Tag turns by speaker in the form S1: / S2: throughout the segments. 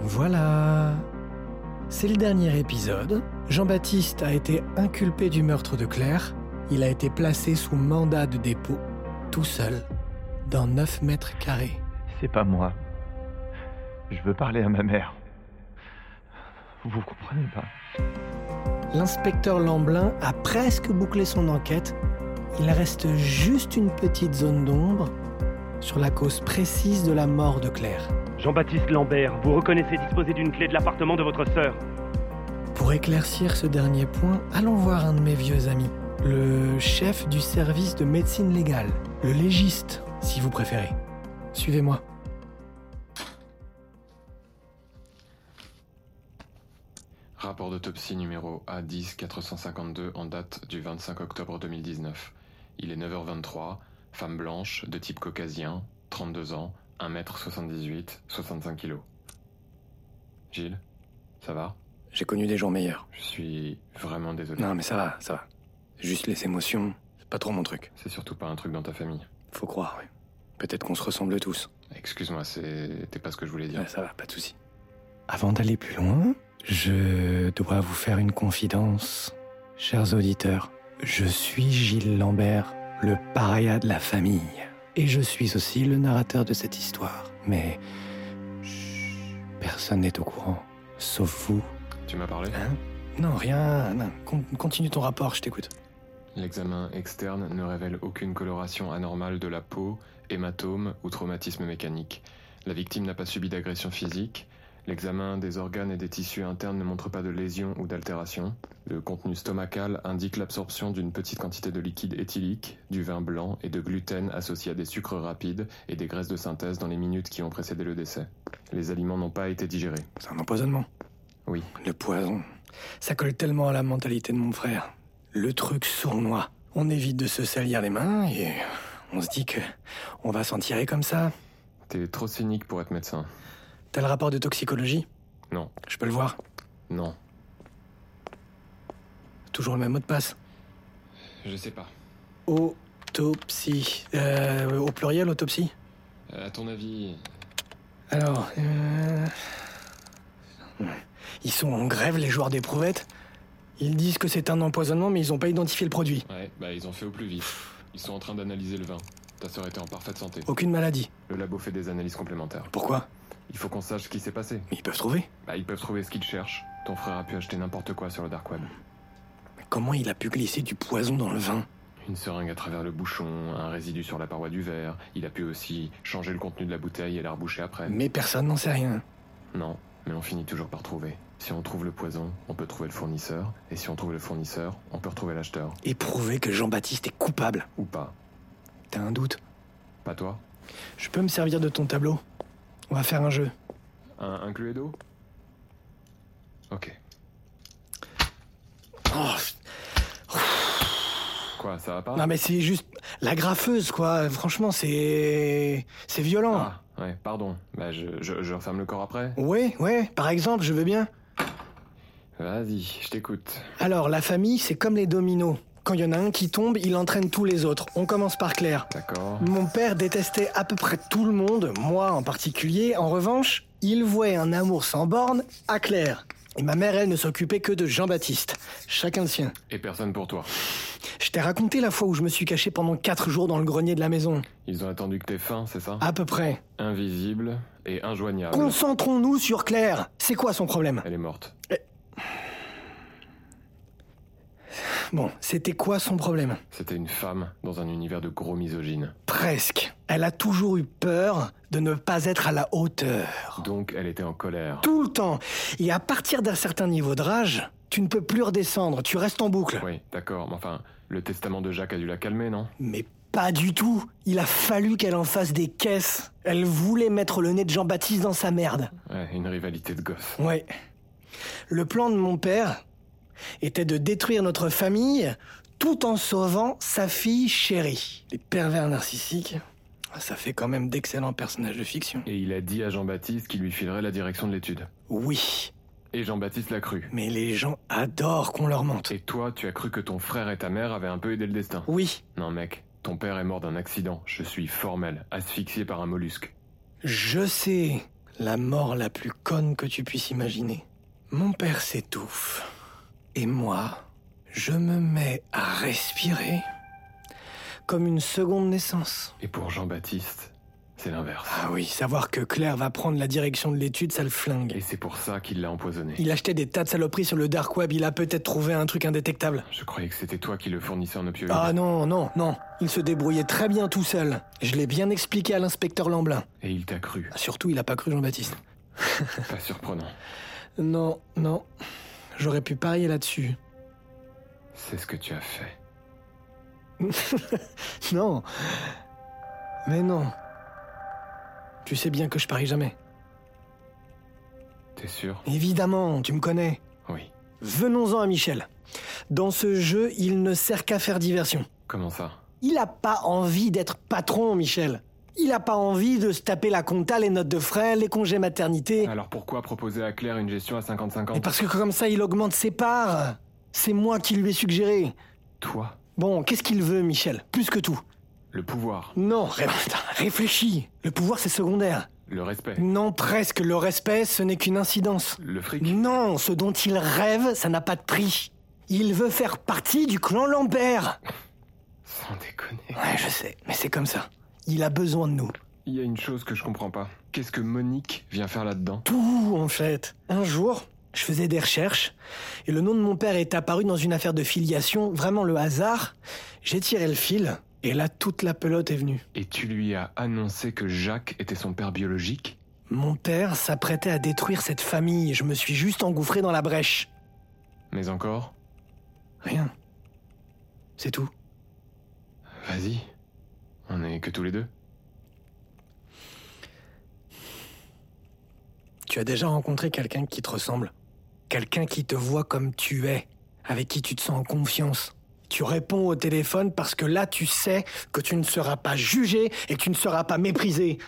S1: Voilà. C'est le dernier épisode. Jean-Baptiste a été inculpé du meurtre de Claire. Il a été placé sous mandat de dépôt, tout seul, dans 9 mètres carrés.
S2: C'est pas moi. Je veux parler à ma mère. Vous comprenez pas
S1: L'inspecteur Lamblin a presque bouclé son enquête. Il reste juste une petite zone d'ombre sur la cause précise de la mort de Claire.
S3: Jean-Baptiste Lambert, vous reconnaissez disposer d'une clé de l'appartement de votre sœur.
S1: Pour éclaircir ce dernier point, allons voir un de mes vieux amis, le chef du service de médecine légale, le légiste, si vous préférez. Suivez-moi.
S4: Rapport d'autopsie numéro A10-452 en date du 25 octobre 2019. Il est 9h23, femme blanche, de type caucasien, 32 ans, 1m78, 65 kg. Gilles, ça va
S5: J'ai connu des jours meilleurs.
S4: Je suis vraiment désolé.
S5: Non, mais ça va, ça va. Juste les émotions, c'est pas trop mon truc.
S4: C'est surtout pas un truc dans ta famille.
S5: Faut croire, oui. Peut-être qu'on se ressemble tous.
S4: Excuse-moi, c'était pas ce que je voulais dire.
S5: Ouais, ça va, pas de souci.
S1: Avant d'aller plus loin, je dois vous faire une confidence. Chers auditeurs, je suis Gilles Lambert, le paria de la famille. Et je suis aussi le narrateur de cette histoire. Mais chut, personne n'est au courant, sauf vous.
S4: Tu m'as parlé
S1: Hein Non, rien. non. Con- continue ton rapport, je t'écoute.
S4: L'examen externe ne révèle aucune coloration anormale de la peau, hématome ou traumatisme mécanique. La victime n'a pas subi d'agression physique. L'examen des organes et des tissus internes ne montre pas de lésions ou d'altérations. Le contenu stomacal indique l'absorption d'une petite quantité de liquide éthylique, du vin blanc et de gluten associé à des sucres rapides et des graisses de synthèse dans les minutes qui ont précédé le décès. Les aliments n'ont pas été digérés.
S5: C'est un empoisonnement.
S4: Oui.
S5: Le poison.
S1: Ça colle tellement à la mentalité de mon frère. Le truc sournois. On évite de se salir les mains et on se dit que on va s'en tirer comme ça.
S4: T'es trop cynique pour être médecin.
S1: T'as le rapport de toxicologie
S4: Non.
S1: Je peux le voir.
S4: Non.
S1: Toujours le même mot de passe.
S4: Je sais pas.
S1: Autopsie. Euh, au pluriel, autopsie
S4: À ton avis,
S1: Alors, euh, ils sont en grève, les joueurs d'éprouvettes. Ils disent que c'est un empoisonnement, mais ils n'ont pas identifié le produit.
S4: Ouais, bah ils ont fait au plus vite. Ils sont en train d'analyser le vin. Ta sœur était en parfaite santé.
S1: Aucune maladie.
S4: Le labo fait des analyses complémentaires.
S1: Pourquoi
S4: Il faut qu'on sache ce qui s'est passé.
S1: Mais ils peuvent trouver.
S4: Bah ils peuvent trouver ce qu'ils cherchent. Ton frère a pu acheter n'importe quoi sur le dark web.
S1: Mais comment il a pu glisser du poison dans le vin
S4: Une seringue à travers le bouchon, un résidu sur la paroi du verre. Il a pu aussi changer le contenu de la bouteille et la reboucher après.
S1: Mais personne n'en sait rien.
S4: Non, mais on finit toujours par trouver. Si on trouve le poison, on peut trouver le fournisseur. Et si on trouve le fournisseur, on peut retrouver l'acheteur.
S1: Et prouver que Jean-Baptiste est coupable.
S4: Ou pas.
S1: T'as un doute
S4: Pas toi
S1: Je peux me servir de ton tableau On va faire un jeu.
S4: Un, un Cluedo Ok.
S1: Oh,
S4: Quoi, ça va pas
S1: non mais c'est juste la graffeuse, quoi. Franchement, c'est... C'est violent.
S4: Ah, ouais, pardon. Bah, je, je, je referme le corps après
S1: Ouais, ouais, par exemple, je veux bien.
S4: Vas-y, je t'écoute.
S1: Alors, la famille, c'est comme les dominos. Quand il y en a un qui tombe, il entraîne tous les autres. On commence par Claire.
S4: D'accord.
S1: Mon père détestait à peu près tout le monde, moi en particulier. En revanche, il vouait un amour sans borne à Claire. Et ma mère, elle, ne s'occupait que de Jean-Baptiste. Chacun le sien.
S4: Et personne pour toi.
S1: Je t'ai raconté la fois où je me suis caché pendant quatre jours dans le grenier de la maison.
S4: Ils ont attendu que t'aies faim, c'est ça
S1: À peu près.
S4: Invisible et injoignable.
S1: Concentrons-nous sur Claire. C'est quoi son problème
S4: Elle est morte.
S1: Bon, c'était quoi son problème
S4: C'était une femme dans un univers de gros misogynes.
S1: Presque. Elle a toujours eu peur de ne pas être à la hauteur.
S4: Donc elle était en colère.
S1: Tout le temps. Et à partir d'un certain niveau de rage, tu ne peux plus redescendre, tu restes en boucle.
S4: Oui, d'accord, mais enfin, le testament de Jacques a dû la calmer, non
S1: Mais pas du tout. Il a fallu qu'elle en fasse des caisses. Elle voulait mettre le nez de Jean-Baptiste dans sa merde.
S4: Ouais, une rivalité de gosse.
S1: Ouais. Le plan de mon père était de détruire notre famille tout en sauvant sa fille chérie. Les pervers narcissiques, ça fait quand même d'excellents personnages de fiction.
S4: Et il a dit à Jean-Baptiste qu'il lui filerait la direction de l'étude.
S1: Oui,
S4: Et Jean-Baptiste l'a cru.
S1: mais les gens adorent qu'on leur mente.
S4: Et toi, tu as cru que ton frère et ta mère avaient un peu aidé le destin.
S1: Oui,
S4: Non mec, ton père est mort d'un accident. Je suis formel, asphyxié par un mollusque.
S1: je sais. la mort la plus conne que tu puisses imaginer. Mon père s'étouffe. Et moi, je me mets à respirer comme une seconde naissance.
S4: Et pour Jean-Baptiste, c'est l'inverse.
S1: Ah oui, savoir que Claire va prendre la direction de l'étude, ça le flingue.
S4: Et c'est pour ça qu'il l'a empoisonné.
S1: Il achetait des tas de saloperies sur le dark web, il a peut-être trouvé un truc indétectable.
S4: Je croyais que c'était toi qui le fournissais en opioïdes.
S1: Ah non, non, non. Il se débrouillait très bien tout seul. Je l'ai bien expliqué à l'inspecteur Lamblin.
S4: Et il t'a cru.
S1: Surtout, il a pas cru Jean-Baptiste.
S4: Pas surprenant.
S1: Non, non. J'aurais pu parier là-dessus.
S4: C'est ce que tu as fait.
S1: non. Mais non. Tu sais bien que je parie jamais.
S4: T'es sûr
S1: Évidemment, tu me connais.
S4: Oui.
S1: Venons-en à Michel. Dans ce jeu, il ne sert qu'à faire diversion.
S4: Comment ça
S1: Il n'a pas envie d'être patron, Michel. Il n'a pas envie de se taper la compta, les notes de frais, les congés maternité.
S4: Alors pourquoi proposer à Claire une gestion à 50-50
S1: Et parce que comme ça, il augmente ses parts. C'est moi qui lui ai suggéré.
S4: Toi,
S1: Bon, qu'est-ce qu'il veut, Michel Plus que tout.
S4: le pouvoir,
S1: Non, ré- putain, réfléchis. Le pouvoir, c'est secondaire.
S4: le respect,
S1: Non, presque. Le respect, ce n'est qu'une incidence.
S4: le fric.
S1: Non, ce dont il rêve, ça n'a pas de prix. Il veut faire partie du clan Lambert.
S4: Sans déconner.
S1: Ouais, je sais, mais c'est comme ça. Il a besoin de nous.
S4: Il y a une chose que je comprends pas. Qu'est-ce que Monique vient faire là-dedans
S1: Tout, en fait. Un jour, je faisais des recherches et le nom de mon père est apparu dans une affaire de filiation, vraiment le hasard. J'ai tiré le fil et là, toute la pelote est venue.
S4: Et tu lui as annoncé que Jacques était son père biologique
S1: Mon père s'apprêtait à détruire cette famille. Je me suis juste engouffré dans la brèche.
S4: Mais encore
S1: Rien. C'est tout.
S4: Vas-y. On est que tous les deux
S1: Tu as déjà rencontré quelqu'un qui te ressemble. Quelqu'un qui te voit comme tu es, avec qui tu te sens en confiance. Tu réponds au téléphone parce que là tu sais que tu ne seras pas jugé et que tu ne seras pas méprisé.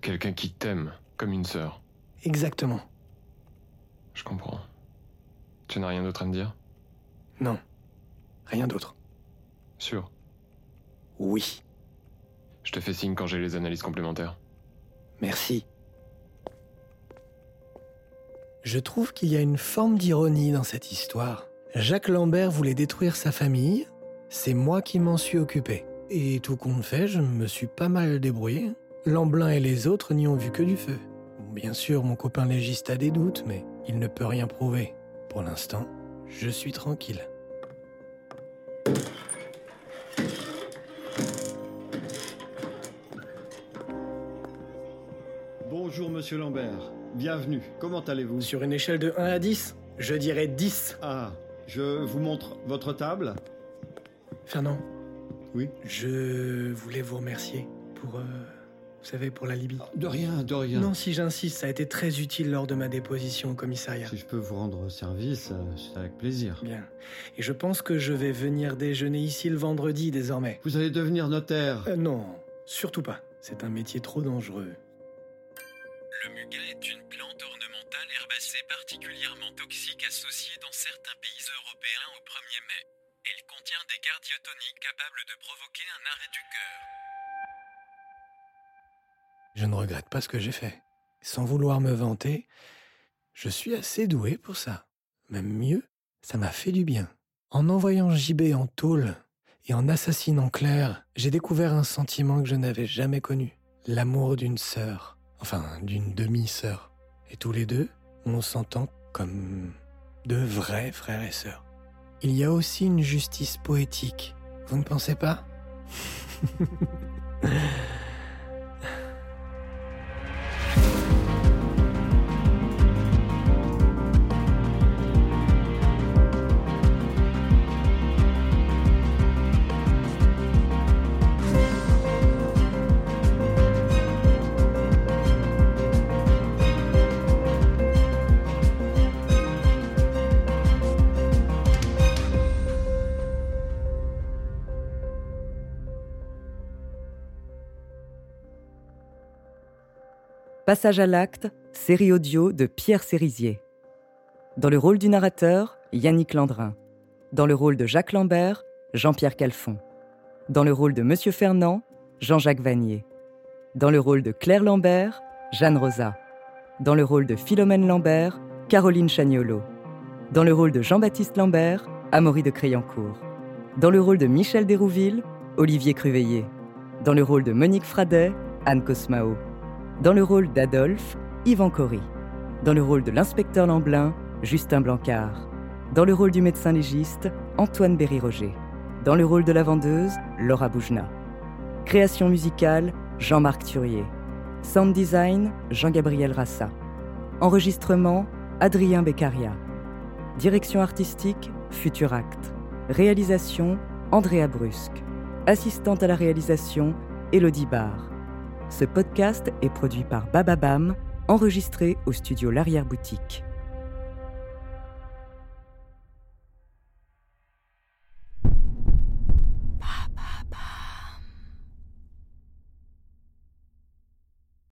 S4: Quelqu'un qui t'aime, comme une sœur.
S1: Exactement.
S4: Je comprends. Tu n'as rien d'autre à me dire
S1: Non. Rien d'autre.
S4: Sûr.
S1: Oui.
S4: Je te fais signe quand j'ai les analyses complémentaires.
S1: Merci. Je trouve qu'il y a une forme d'ironie dans cette histoire. Jacques Lambert voulait détruire sa famille, c'est moi qui m'en suis occupé. Et tout compte fait, je me suis pas mal débrouillé. Lamblin et les autres n'y ont vu que du feu. Bien sûr, mon copain légiste a des doutes, mais il ne peut rien prouver. Pour l'instant, je suis tranquille.
S6: Bonjour Monsieur Lambert, bienvenue. Comment allez-vous
S1: Sur une échelle de 1 à 10, je dirais 10.
S6: Ah, je vous montre votre table.
S1: Fernand
S6: Oui
S1: Je voulais vous remercier pour, euh, vous savez, pour la Libye.
S6: De rien, de rien.
S1: Non, si j'insiste, ça a été très utile lors de ma déposition au commissariat.
S6: Si je peux vous rendre service, euh, c'est avec plaisir.
S1: Bien. Et je pense que je vais venir déjeuner ici le vendredi désormais.
S6: Vous allez devenir notaire.
S1: Euh, non, surtout pas. C'est un métier trop dangereux.
S2: Le muguet est une plante ornementale herbacée particulièrement toxique associée dans certains pays européens au 1er mai. Elle contient des cardiotoniques capables de provoquer un arrêt du cœur.
S1: Je ne regrette pas ce que j'ai fait. Sans vouloir me vanter, je suis assez doué pour ça. Même mieux, ça m'a fait du bien. En envoyant JB en tôle et en assassinant Claire, j'ai découvert un sentiment que je n'avais jamais connu. L'amour d'une sœur, enfin d'une demi-sœur. Et tous les deux, on s'entend comme de vrais frères et sœurs. Il y a aussi une justice poétique. Vous ne pensez pas
S7: Passage à l'acte, série audio de Pierre Sérisier. Dans le rôle du narrateur, Yannick Landrin. Dans le rôle de Jacques Lambert, Jean-Pierre Calfon. Dans le rôle de Monsieur Fernand, Jean-Jacques Vanier. Dans le rôle de Claire Lambert, Jeanne Rosa. dans le rôle de Philomène Lambert, Caroline Chagnolot. Dans le rôle de Jean-Baptiste Lambert, Amaury de Créancourt. Dans le rôle de Michel Dérouville, Olivier Cruveillet. Dans le rôle de Monique Fradet, Anne Cosmao. Dans le rôle d'Adolphe, Yvan Cory. Dans le rôle de l'inspecteur Lamblin, Justin Blancard. Dans le rôle du médecin légiste, Antoine Berry-Roger. Dans le rôle de la vendeuse, Laura Boujna. Création musicale, Jean-Marc Turier. Sound design, Jean-Gabriel Rassa. Enregistrement, Adrien Beccaria. Direction artistique, Futur Act. Réalisation, Andrea Brusque. Assistante à la réalisation, Elodie Barr. Ce podcast est produit par Bababam, enregistré au studio L'Arrière-Boutique.